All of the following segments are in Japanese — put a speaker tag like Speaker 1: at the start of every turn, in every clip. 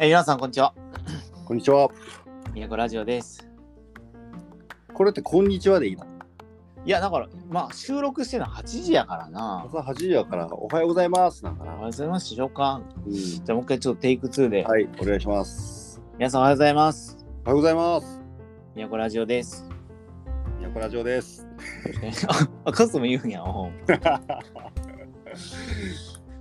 Speaker 1: えー皆さんこんにちは。
Speaker 2: こんにちは。
Speaker 1: 宮古ラジオです。
Speaker 2: これってこんにちはでいいな。
Speaker 1: いやだからまあ収録してるの8時やからな。
Speaker 2: 朝8時やからおはようございますなんか
Speaker 1: おはよう
Speaker 2: な。
Speaker 1: ございます師匠か。
Speaker 2: うん
Speaker 1: じゃあもう一回ちょっとテイク2で。
Speaker 2: はい、お願いします。
Speaker 1: 皆さんおはようございます。
Speaker 2: おはようございます。
Speaker 1: 宮古ラジオです。
Speaker 2: ヤコラジオです。
Speaker 1: あカズも言うんや。おう
Speaker 2: だ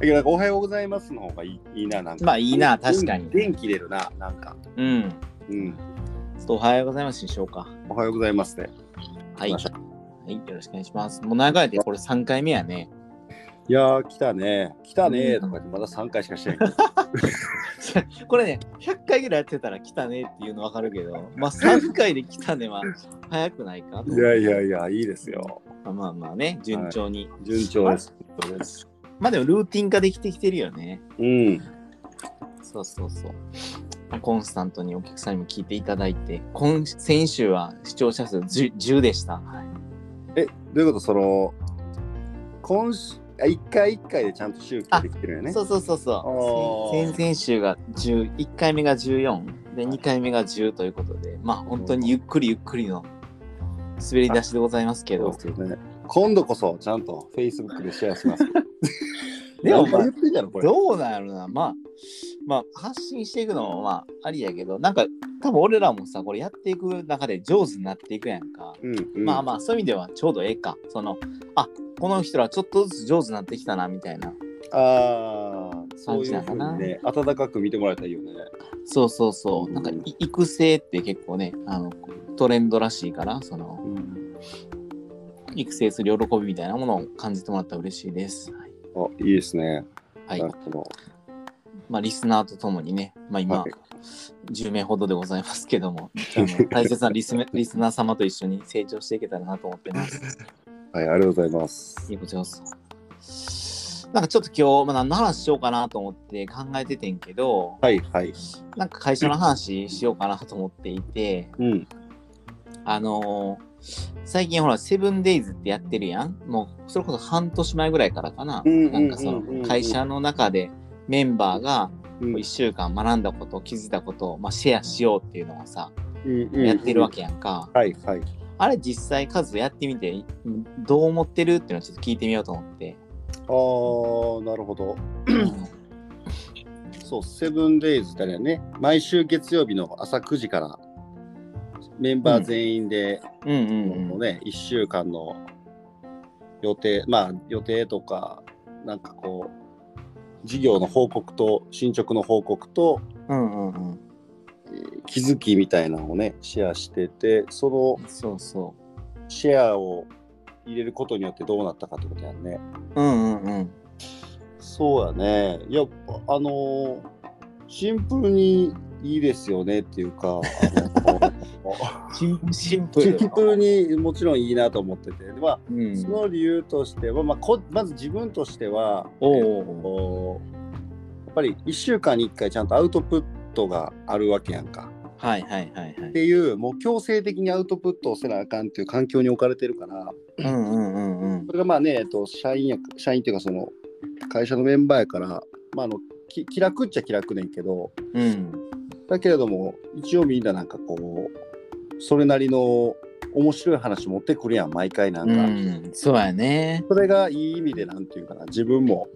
Speaker 2: けどなんかおはようございますの方がいいいいななんか。
Speaker 1: まあいいな確かに
Speaker 2: 元気元気出るななんか。
Speaker 1: うん。
Speaker 2: うん。
Speaker 1: ちょっとおはようございます師匠か。
Speaker 2: おはようございますね。
Speaker 1: はい。は
Speaker 2: 行きまし
Speaker 1: いよろしくお願いします。もう長いでこれ3回目やね。
Speaker 2: いやー来たね来たねーとかってまだ3回しかしてない。
Speaker 1: これね100回ぐらいやってたら来たねっていうのわかるけど、まあ3回で来たねは早くないかと。
Speaker 2: いやいやいやいいですよ。
Speaker 1: まあまあまあね順調に。
Speaker 2: 順調です。
Speaker 1: まあでもルーティン化できてきてるよね。
Speaker 2: うん。
Speaker 1: そうそうそう。コンスタントにお客さんにも聞いていただいて、今先週は視聴者数 10, 10でした。はい
Speaker 2: えどういうことその今週あ一回一回でちゃんと集計できてるよね。
Speaker 1: そうそうそうそ
Speaker 2: お
Speaker 1: う。
Speaker 2: ー
Speaker 1: 先先々週が10、1回目が14、で2回目が10ということで、まあ本当にゆっくりゆっくりの滑り出しでございますけ
Speaker 2: そ
Speaker 1: ど
Speaker 2: うで、すよね。今度こそちゃんと Facebook でシェアします。
Speaker 1: でもまあ
Speaker 2: 何言ってんやろこれ。
Speaker 1: どうなるな、まあ、まあ、発信していくのもまあありやけど、なんか多分俺らもさ、これやっていく中で上手になっていくやんか。
Speaker 2: うんうん、
Speaker 1: まあまあそういう意味ではちょうどええかそのあこの人らちょっとずつ上手になってきたなみたいな
Speaker 2: あーそういうふうにね温かく見てもらえたらいいよね。
Speaker 1: そうそうそう
Speaker 2: うん
Speaker 1: なんかい育成って結構ねあのトレンドらしいからその
Speaker 2: うん、
Speaker 1: 育成する喜びみたいなものを感じてもらったら嬉しいですはい、
Speaker 2: あいいですね。
Speaker 1: はい
Speaker 2: なるほど。
Speaker 1: まあ、リスナーとともにね、まあ、今
Speaker 2: はい
Speaker 1: 10名ほどでございますけど もあの大切なリスメリスナー様と一緒に成長していけたらなと思ってます
Speaker 2: はいありがとうございます。
Speaker 1: いやこちらこそなんかちょっと今日、まあ、何の話しようかなと思って考えててんけど、
Speaker 2: はいはい。
Speaker 1: なんか会社の話しようかなと思っていて、
Speaker 2: うん。
Speaker 1: あのー最近ほら、セブンデイズってやってるやん。もう、それこそ半年前ぐらいからかな。
Speaker 2: うんうんうん
Speaker 1: な
Speaker 2: うんん
Speaker 1: かその、会社の中でメンバーが
Speaker 2: うん
Speaker 1: 1週間学んだこと、気づいたことを、まあ、シェアしようっていうのをさ、
Speaker 2: うんうん
Speaker 1: やってるわ。けやんか。
Speaker 2: はいはい。
Speaker 1: あれ実際数やってみて、どう思ってるっていうのをちょっと聞いてみようと思って。
Speaker 2: あーなるほど。そう、セブンデイズってあれやね、毎週月曜日の朝9時からメンバー全員で、
Speaker 1: うんうんうん
Speaker 2: もうね、1週間の予定、まあ予定とか、なんかこう、事業の報告と進捗の報告と、
Speaker 1: うんうんうん。
Speaker 2: えー気づきみたいなのをね、シェアしてて、そ
Speaker 1: そうそ
Speaker 2: のシェアを入れることによってどうなったかってことやんね。
Speaker 1: う。うんうんうん。
Speaker 2: そうやね。いや、あのーシンプルにいいですよねっていうか、あ の
Speaker 1: シンシンプ
Speaker 2: シ
Speaker 1: ル。
Speaker 2: ンプルにもちろんいいなと思ってて、でまあ、
Speaker 1: うん
Speaker 2: その理由としては、まあ、こまず自分としては、
Speaker 1: おうおうおう
Speaker 2: こうやっぱり1週間に1回ちゃんとアウトプットがあるわけやんか。
Speaker 1: はいはいはいは
Speaker 2: っ
Speaker 1: い。
Speaker 2: ていう、もう強制的にアウトプットをせなあかんっていう環境に置かれてるから、
Speaker 1: うんうんうんうん
Speaker 2: そ。れがまあね、えっと、社員や、社員っていうか、その会社のメンバーやから、まあ、あのき気楽っちゃ気楽ねんけど、
Speaker 1: うん。
Speaker 2: だけれども一応みんななんかこうそれなりの面白い話持ってくるやん毎回なんか、
Speaker 1: うん、そうやね。
Speaker 2: それがいい意味でなんていうかな自分も、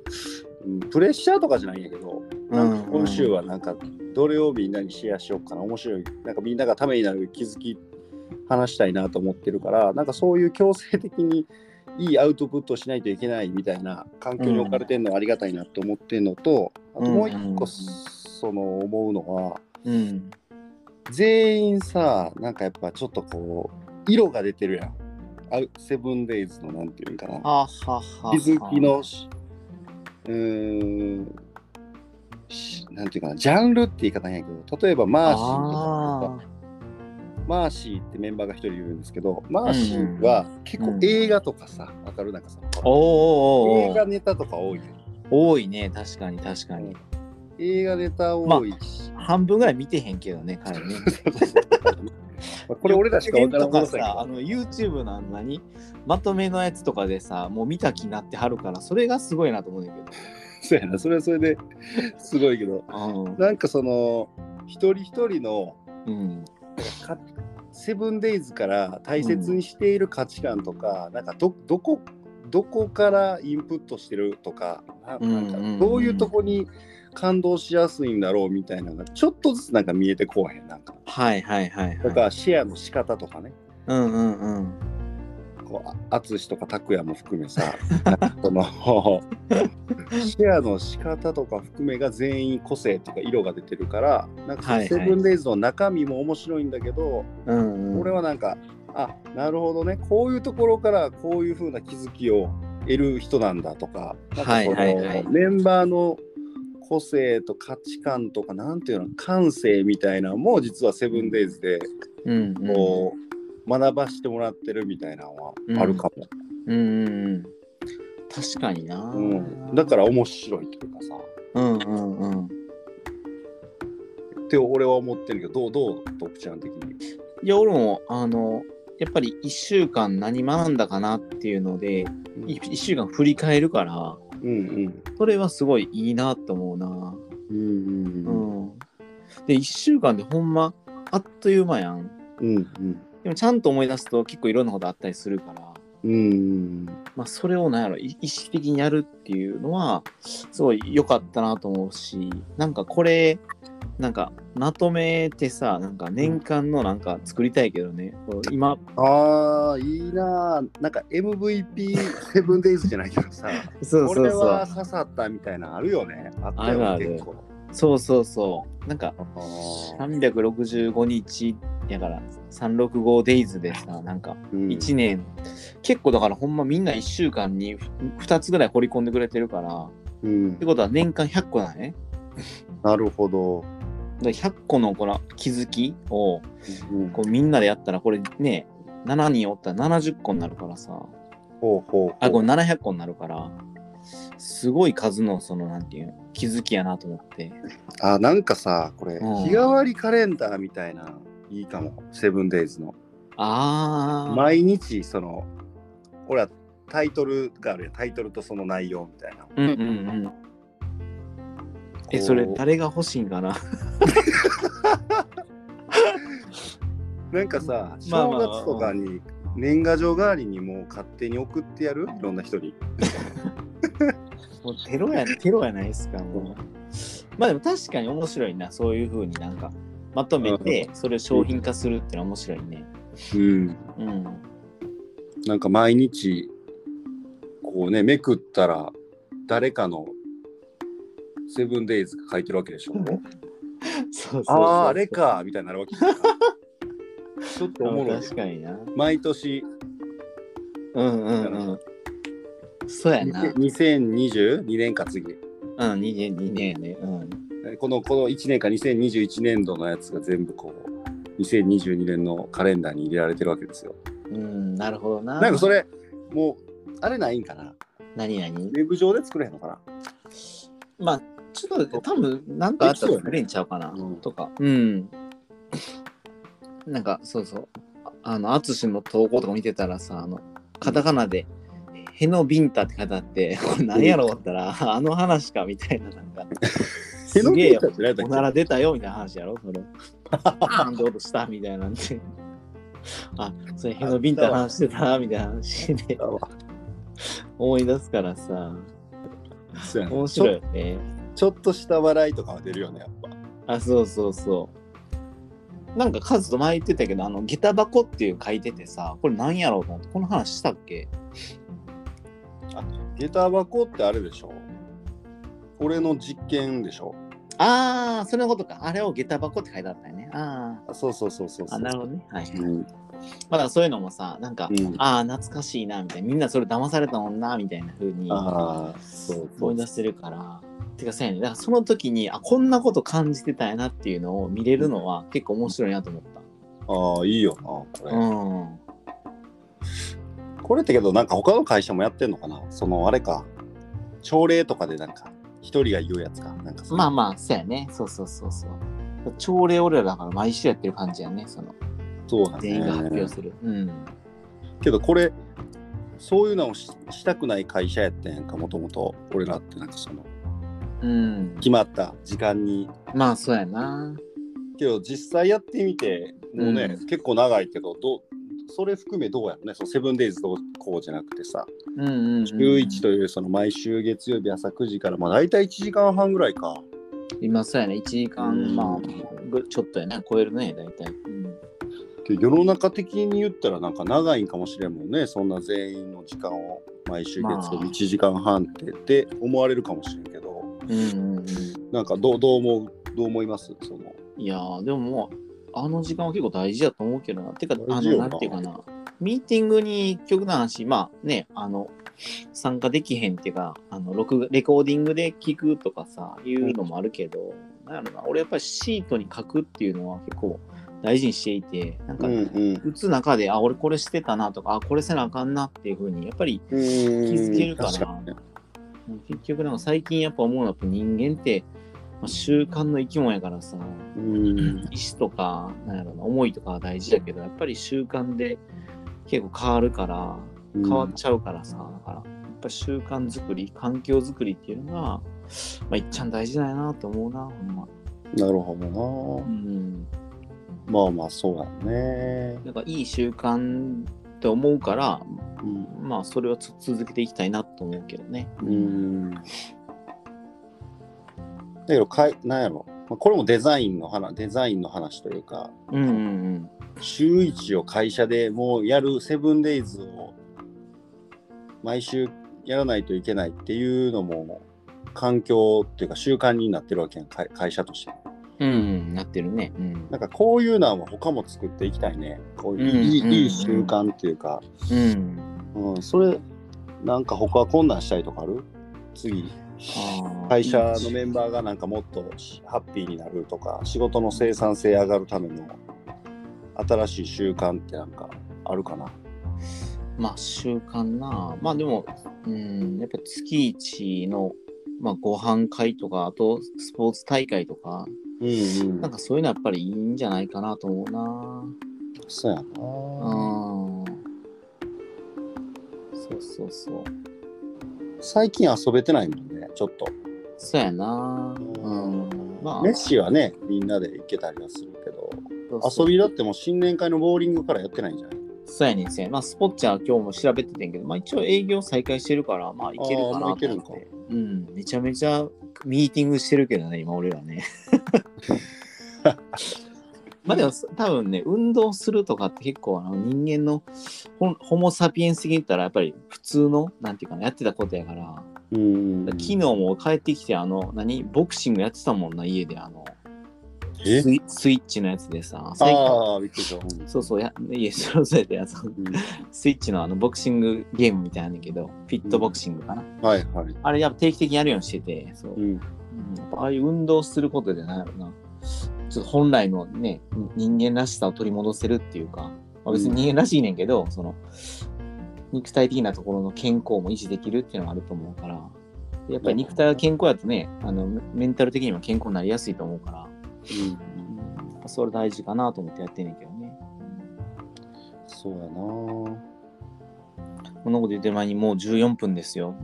Speaker 2: うんプレッシャーとかじゃないんやけど、なんか今週はなんかどれをみんなにシェアしようかな面白いなんかみんながためになる気づき話したいなと思ってるからなんかそういう強制的にいいアウトプットをしないといけないみたいな環境に置かれてるのはありがたいなと思ってるのと、あともう一
Speaker 1: うんうん
Speaker 2: 個その思うのは、
Speaker 1: うん。
Speaker 2: 全員さなんかやっぱちょっとこう色が出てるやんあセブンデイズのなんていうんかな
Speaker 1: はあはあはあ。
Speaker 2: 気づきのしうーんしなんていうかなジャンルって言い方ないけど例えばマーシーとか
Speaker 1: あ
Speaker 2: ってさマーシーってメンバーが一人いるんですけどマーシーは結構映画とかさ、わかるなんかさ
Speaker 1: あ。おうおうおう
Speaker 2: 映画ネタとか多いよ
Speaker 1: 多いね、確かに確かに。
Speaker 2: 映画ネタ多いし、
Speaker 1: 半分ぐらい見てへんけどね、彼ね。
Speaker 2: まあ これ俺らしか分からん
Speaker 1: とか
Speaker 2: ことやけ
Speaker 1: さ、あ
Speaker 2: ど
Speaker 1: の YouTube のあんなにまとめのやつとかでさ、もう見た気になってはるから、それがすごいなと思うんだけど。
Speaker 2: そうやな、それはそれですごいけど、
Speaker 1: うん
Speaker 2: なんかその、一人一人の
Speaker 1: うん
Speaker 2: かセブンデイズから大切にしている価値観とか、なんかどどこどこからインプットしてるとかななん
Speaker 1: うんうんうん
Speaker 2: かどういうとこに感動しやすいんだろうみたいなのがちょっとずつなんか見えてこうへんなんか
Speaker 1: はいはいはいはい
Speaker 2: だからシェアの仕方とかね
Speaker 1: うんうんうん
Speaker 2: こう淳とか拓也も含 めさなんかそのシェアの仕方とか含めが全員個性とか色が出てるからなんかそ
Speaker 1: はい
Speaker 2: の
Speaker 1: はい
Speaker 2: セブンデイズの中身も面白いんだけど、
Speaker 1: うんうん
Speaker 2: 俺はなんかあなるほどねこういうところからこういうふうな気づきを得る人なんだとかなんかその
Speaker 1: はいはいはい
Speaker 2: メンバーの個性と価値観とかなんていうの感性みたいなのも実は「セブンデイズで
Speaker 1: うんうん
Speaker 2: こう、学ばしてもらってるみたいなのはあるかも、
Speaker 1: うんうんうん確かにな、
Speaker 2: うんだから面白いというかさ
Speaker 1: うんうんうん
Speaker 2: って俺は思ってるけどどうどう徳ちゃん的に。
Speaker 1: いや俺もあのやっぱり1週間何学んだかなっていうので1週間振り返るから
Speaker 2: うんうん
Speaker 1: それはすごいいいなと思うな
Speaker 2: うんうん
Speaker 1: う
Speaker 2: うん
Speaker 1: んで1週間でほんまあっという間やん
Speaker 2: うん
Speaker 1: でもちゃんと思い出すと結構いろんなことあったりするから
Speaker 2: うん
Speaker 1: まあそれをなんやろい意識的にやるっていうのはすごい良かったなと思うしなんかこれなんかまとめてさなんか年間のなんか作りたいけどね、こう今
Speaker 2: ああ、いいなー。なんか MVP セブンデイズじゃないけどさ、
Speaker 1: そう
Speaker 2: こ
Speaker 1: そ
Speaker 2: れ
Speaker 1: うそう
Speaker 2: は刺さったみたいなのあるよね。あったよ
Speaker 1: あるある
Speaker 2: ね、結構。
Speaker 1: そうそうそうなんか
Speaker 2: あー
Speaker 1: 365日やから365デイズでさなんか
Speaker 2: うん
Speaker 1: 1年、結構だからほんまみんな1週間に2つぐらい掘り込んでくれてるから
Speaker 2: うん
Speaker 1: ってことは年間100個だね
Speaker 2: なるほど。
Speaker 1: だから100個のこの気づきを
Speaker 2: うん
Speaker 1: こうみんなでやったらこれね7人おったら70個になるからさ
Speaker 2: ほうほうほう
Speaker 1: あこれ700個になるからすごい数のそのなんていうの気づきやなと思って
Speaker 2: あなんかさ、これ、
Speaker 1: うん
Speaker 2: 日替わりカレンダーみたいな、いいかも。セブンデイズの。
Speaker 1: ああ
Speaker 2: 毎日、その、俺はタイトルがあるやんタイトルとその内容みたいな。
Speaker 1: うんうんうんえ
Speaker 2: こう
Speaker 1: それ誰が欲しいんかな
Speaker 2: なんかさ、
Speaker 1: まあ
Speaker 2: 正
Speaker 1: まあまあ
Speaker 2: 月とかに年賀状代わりにもう勝手に送ってやるいろんな人に。
Speaker 1: もうテロやテロやないですかもうまあでも確かに面白いなそういうふうになんかまとめてそれを商品化するってのは面白いね
Speaker 2: うん。
Speaker 1: うん
Speaker 2: なんか毎日こうねめくったら誰かのセブンデイズが書いてるわけでしょ。
Speaker 1: そうそうそう
Speaker 2: あああれかみたいになるわけ。 ちょっとおもろい。
Speaker 1: 確かにな
Speaker 2: 毎年
Speaker 1: うんうんうん。そうやな。
Speaker 2: 2022年か次。
Speaker 1: うん、2年、2年やね。うん。
Speaker 2: このこの1年か2021年度のやつが全部こう2022年のカレンダーに入れられてるわけですよ。
Speaker 1: うん、なるほどな。
Speaker 2: なんかそれもうあれないんかな
Speaker 1: 何何
Speaker 2: ウェブ上で作れへんのかな
Speaker 1: まあ、ちょっと多分、なんかあったら作れんちゃうかな。
Speaker 2: うん
Speaker 1: とか。うん。なんか、そうそう。ああの、淳の投稿とか見てたらさ、あの、カタカナで、へのビンタって書いてあって、これ何やろうって言ったら、あの話かみたいな、なん か。すげえよ
Speaker 2: 手のひらじゃないんだ
Speaker 1: お
Speaker 2: っけ
Speaker 1: なら出たよみたいな話やろそれ。パーンって音したみたいなん で。あ、それ、へのビンタの話してたなみたいな話で
Speaker 2: あわ
Speaker 1: 思い出すからさ、
Speaker 2: そうやな
Speaker 1: 面白いよね。
Speaker 2: ちょっとした笑いとかは出るよね、やっぱ。
Speaker 1: あ、そうそうそう。なんか、カズと前言ってたけど、あの、下駄箱っていう書いててさ、これ何やろうと思って、この話したっけ
Speaker 2: 下駄箱ってあれでしょ俺の実験でしょ
Speaker 1: あー、それのことか。あれを下駄箱って書いてあったよね。あ
Speaker 2: あそうそうそうそう
Speaker 1: ー。
Speaker 2: そう。
Speaker 1: あ、なるほどね。はい。
Speaker 2: うん
Speaker 1: まだそういうのもさ、なんか、
Speaker 2: うん
Speaker 1: ああ、懐かしいな、みたいな。みんなそれ騙されたもんな、みたいな風に。
Speaker 2: ああ、そうそ
Speaker 1: 思いう出せるから。てかそうやね、だからその時にあこんなこと感じてたんやなっていうのを見れるのは結構面白いなと思った。
Speaker 2: ああ、いいよな、これ。
Speaker 1: うん。
Speaker 2: これってけど、なんか他の会社もやってんのかなそのあれか、朝礼とかでなんか、一人が言うやつか。なんかその
Speaker 1: まあまあ、そうやね。そうそうそうそう。朝礼俺らだから毎週やってる感じやね。その
Speaker 2: そうだ
Speaker 1: 全員が発表
Speaker 2: ね。
Speaker 1: する。うん。
Speaker 2: けどこれ、そういうのをししたくない会社やってんやんか、もともと。俺らってなんかその、
Speaker 1: うん。
Speaker 2: 決まった時間に
Speaker 1: まあ、そうやな。
Speaker 2: けど実際やってみてもうね、
Speaker 1: う
Speaker 2: 結構長いけどどうそれ含めどうやろうねそのセブンデイズどうこうじゃなくてさ、
Speaker 1: うんうん、うん。
Speaker 2: 11というその毎週月曜日朝9時からまあ大体1時間半ぐらいか
Speaker 1: 今そうやね、1時間、
Speaker 2: うん
Speaker 1: まあ、ぐちょっとやね、超えるね、大体。うん、
Speaker 2: けど世の中的に言ったらなんか長いんかもしれんもんねそんな全員の時間を毎週月
Speaker 1: ま
Speaker 2: 曜
Speaker 1: あ
Speaker 2: 日1時間半ってって思われるかもしれんけど
Speaker 1: うん、うん。
Speaker 2: なんかどうどう思うどう思いますその
Speaker 1: いやー、でももう、あの時間は結構大事だと思うけどな。てか、あ
Speaker 2: 大事よ
Speaker 1: の、
Speaker 2: な
Speaker 1: なんていうかな。ミーティングに曲の話、まあね、あの、参加できへんっていうか、あの、録画レコーディングで聞くとかさ、いうのもあるけど、なんやろな、俺やっぱりシートに書くっていうのは結構大事にしていて、なんか、
Speaker 2: ん
Speaker 1: 打つ中で、あ、俺これしてたなとか、あ、これせなあかんなっていうふうに、やっぱり
Speaker 2: 気づ
Speaker 1: づけるかな
Speaker 2: ね、
Speaker 1: 結局なんか最近やっぱ思うのはやっぱ人間って、まあ、習慣の生き物やからさ、
Speaker 2: うん
Speaker 1: 意志とかなんやろな思いとかは大事だけどやっぱり習慣で結構変わるから変わっちゃうからさ、だからやっぱ習慣づくり環境づくりっていうのが、まあ、いっちゃん大事だよなと思うなほんま、
Speaker 2: なるほど
Speaker 1: うん、
Speaker 2: なまあまあそうだね
Speaker 1: なんかいい習慣って思うから
Speaker 2: うん
Speaker 1: まあそれはつ続けていきたいなと思うけどね
Speaker 2: うん。だけどかい、なんやろ、まあこれもデザインの話デザインの話というか、
Speaker 1: うんうん
Speaker 2: 週1を会社でもうやるセブンデイズを毎週やらないといけないっていうのも、環境っていうか習慣になってるわけやん、会会社として。
Speaker 1: うんうんうんなってるねうん
Speaker 2: なんかこういうのは他も作っていきたいね。こういういい,、
Speaker 1: うんうんうん
Speaker 2: いい習慣っていうか、
Speaker 1: うん
Speaker 2: うん、それ、なんか他は困難したいとかある次。
Speaker 1: あー
Speaker 2: 会社のメンバーがなんかもっとハッピーになるとか仕事の生産性上がるための新しい習慣ってなんかあるかな
Speaker 1: まあ習慣なまあでもうんやっぱ月一の、まあ、ご飯会とかあとスポーツ大会とか
Speaker 2: うん
Speaker 1: なんかそういうのはやっぱりいいんじゃないかなと思う
Speaker 2: そうやな
Speaker 1: なうんそうそうそう
Speaker 2: 最近遊べてないもんねちょっと、
Speaker 1: そうやなうんまあ
Speaker 2: メッシはねみんなで行けたりはするけど
Speaker 1: そうそう
Speaker 2: 遊びだってもう新年会のボーリングからやってないんじゃない
Speaker 1: そうやねんせまあスポッチャー今日も調べててんけどまあ一応営業再開してるからまあいけるか
Speaker 2: あーまあ
Speaker 1: ない
Speaker 2: け
Speaker 1: と
Speaker 2: る
Speaker 1: 思
Speaker 2: のか
Speaker 1: ってうんめちゃめちゃミーティングしてるけどね今俺ら ねまあでも多分ね運動するとかって結構あの人間のホホモ・サピエンス的に言ったらやっぱり普通のなんていうかなやってたことやから
Speaker 2: うん
Speaker 1: 昨日も帰ってきてあの何ボクシングやってたもんな家であの
Speaker 2: え
Speaker 1: スイスイッチのやつでさ最近
Speaker 2: ああびっくりした、うん
Speaker 1: そうそうやいやそれぞれでやつスイッチのあのボクシングゲームみたいなんだけど、フィットボクシングかな。
Speaker 2: うんはいはい、
Speaker 1: あれやっぱ定期的にやるようにしてて、そう。
Speaker 2: う
Speaker 1: うん
Speaker 2: ん、
Speaker 1: やっぱああいう運動することでなんやろな。ちょっと本来のね、人間らしさを取り戻せるっていうか、まあ、別に人間らしいねんけど、その、肉体的なところの健康も維持できるっていうのがあると思うから、やっぱり肉体が健康やとね、あのメンタル的にも健康になりやすいと思うから、
Speaker 2: うん、
Speaker 1: やっぱそれ大事かなと思ってやってんねんけどね。
Speaker 2: そうやな
Speaker 1: こんなこと言ってる前にもう14分ですよ。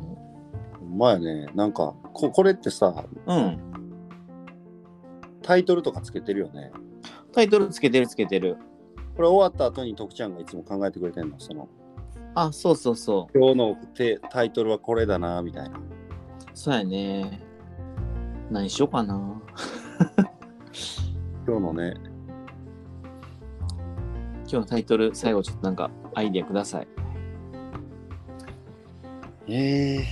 Speaker 2: ほんまやねなんかここれってさ
Speaker 1: うん。
Speaker 2: タイトルとかつけてるよね
Speaker 1: タイトルつけてるつけてる。
Speaker 2: これ終わった後に徳ちゃんがいつも考えてくれてんのその
Speaker 1: あ、そうそうそ
Speaker 2: 今日のテタイトルはこれだなみたいな
Speaker 1: う。そうやね。何しようかな。
Speaker 2: 今日のね
Speaker 1: 今日のタイトル、最後ちょっとなんかアイディアください。
Speaker 2: え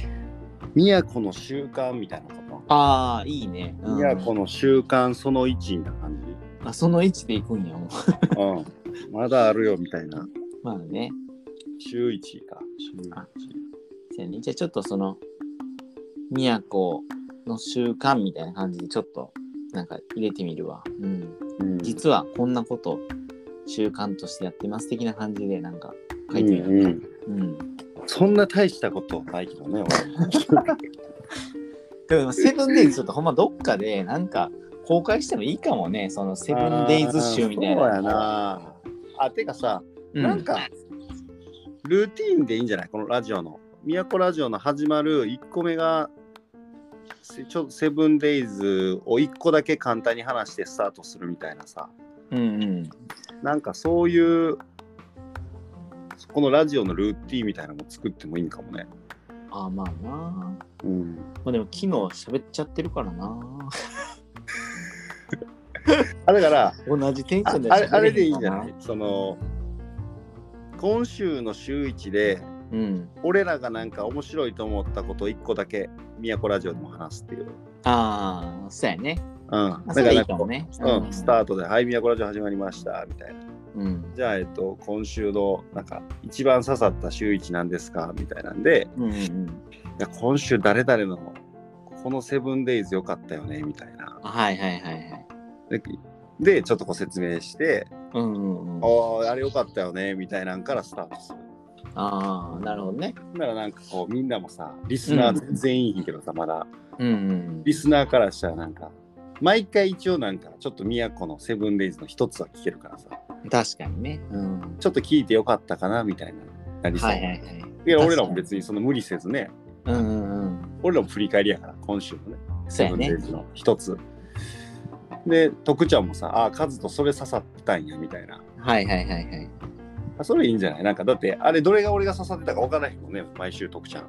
Speaker 2: 宮古の習慣みたいなこ
Speaker 1: ああ、いいね。
Speaker 2: と、
Speaker 1: うん
Speaker 2: 宮古の習慣その1みたいな感じ
Speaker 1: あその位置で行くんや。もう
Speaker 2: うんまだあるよみたいな
Speaker 1: まあね。
Speaker 2: 週1か
Speaker 1: あ
Speaker 2: 週
Speaker 1: そうやねじゃあちょっとその、都の習慣みたいな感じでちょっとなんか入れてみるわ。うん。
Speaker 2: 1、うん、
Speaker 1: 実はこんなこと習慣としてやってます的な感じでなんか書
Speaker 2: う
Speaker 1: い
Speaker 2: ん
Speaker 1: てみる。
Speaker 2: うん
Speaker 1: うん
Speaker 2: そんな大したことないけどね
Speaker 1: でもセブンデイズちょっとほんまどっかでなんか公開してもいいかもねそのセブンデイズ集みたいな。
Speaker 2: あーそうやなあてかさ
Speaker 1: う
Speaker 2: なんか、ルーティーンでいいんじゃないこのラジオの。都ラジオの始まる1個目が、せちょセブンデイズを一個だけ簡単に話してスタートするみたいなさ
Speaker 1: うんうん。
Speaker 2: なんかそういうこのラジオのルーティンみたいなのも作ってもいいんかもね。
Speaker 1: あまあな。
Speaker 2: うん、
Speaker 1: まあでも昨日喋っちゃってるから な。
Speaker 2: あだから
Speaker 1: 同じテンショ
Speaker 2: あ
Speaker 1: ンで
Speaker 2: あれあ
Speaker 1: 喋
Speaker 2: れで
Speaker 1: れ
Speaker 2: い
Speaker 1: へ
Speaker 2: いん
Speaker 1: か
Speaker 2: じゃないその今週の週1で
Speaker 1: うん。
Speaker 2: 俺らがなんか面白いと思ったこと1個だけ宮古ラジオでも話すっていう。
Speaker 1: ああ、そうやね。
Speaker 2: うん、だ
Speaker 1: あ
Speaker 2: か
Speaker 1: それ
Speaker 2: ら
Speaker 1: い
Speaker 2: ないん
Speaker 1: か
Speaker 2: か
Speaker 1: もね。
Speaker 2: うん、スタートで「はい宮古ラジオ始まりました」みたいな。
Speaker 1: うん。
Speaker 2: じゃあ、えっと、今週の、なんか、一番刺さった週一なんですかみたいなんで、
Speaker 1: うんうんうん。
Speaker 2: いや今週誰々の、このセブンデイズ良かったよねみたいな。
Speaker 1: あはいはいはいはい。
Speaker 2: で、でちょっとこう説明して、
Speaker 1: うんうんうん。
Speaker 2: おーあれ良かったよねみたいなんからスタートする。
Speaker 1: ああ、なるほどね。
Speaker 2: ならなんかこう、みんなもさ、リスナー全員いいけどさ、まだ、
Speaker 1: うんうん。
Speaker 2: リスナーからしたらなんか、毎回一応なんか、ちょっと宮古のセブンデイズの一つは聞けるからさ、
Speaker 1: 確かにね。うん。
Speaker 2: ちょっと聞いてよかったかなみたいな、なりそう。
Speaker 1: はい
Speaker 2: い
Speaker 1: はいはい。
Speaker 2: や、俺らも別にその無理せずね、
Speaker 1: うんうんうん。
Speaker 2: 俺らも振り返りやから今週のね
Speaker 1: そうや
Speaker 2: ブンデ
Speaker 1: ね
Speaker 2: イ。ズの一つで徳ちゃんもさああカズとそれ刺さったんやみたいな
Speaker 1: はいはいはいはい。
Speaker 2: あそれいいんじゃないなんかだってあれどれが俺が刺さってたか分からへんもんね毎週徳ちゃん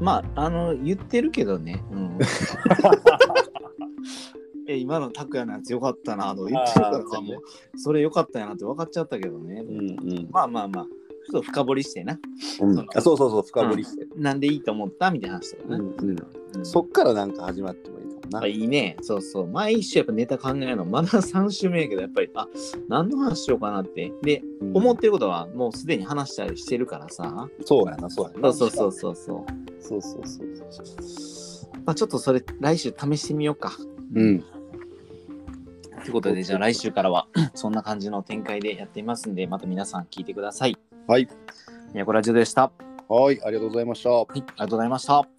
Speaker 1: まあ、あの、言ってるけどね。うん。 え、今の拓也のやつよかったなと言ってるから
Speaker 2: あ
Speaker 1: さ、
Speaker 2: ー
Speaker 1: もう、それよかったやなって分かっちゃったけどね。
Speaker 2: うんうん、
Speaker 1: まあまあまあ、ちょっと深掘りしてな。
Speaker 2: うんあそうそうそう深掘りして、
Speaker 1: なんでいいと思ったみたいな話だよ
Speaker 2: う
Speaker 1: ね。
Speaker 2: んうん
Speaker 1: うん
Speaker 2: そっからなんか始まってもいいかも
Speaker 1: あ
Speaker 2: な、
Speaker 1: いいね。そうそう。毎週やっぱネタ考えるの、まだ3週目やけど、やっぱり、あ、何の話しようかなって。で、
Speaker 2: うん
Speaker 1: 思ってることはもうすでに話したりしてるからさ。
Speaker 2: そうやなそうや
Speaker 1: そ
Speaker 2: な
Speaker 1: うそうそうそうそう。
Speaker 2: そうそうそう
Speaker 1: まあ、ちょっとそれ来週試してみようか。
Speaker 2: うん
Speaker 1: ということで、じゃあ来週からは そんな感じの展開でやっていますんで、また皆さん聞いてください。
Speaker 2: はい
Speaker 1: 宮古ラジオでした。
Speaker 2: はいありがとうございました
Speaker 1: はい、ありがとうございました。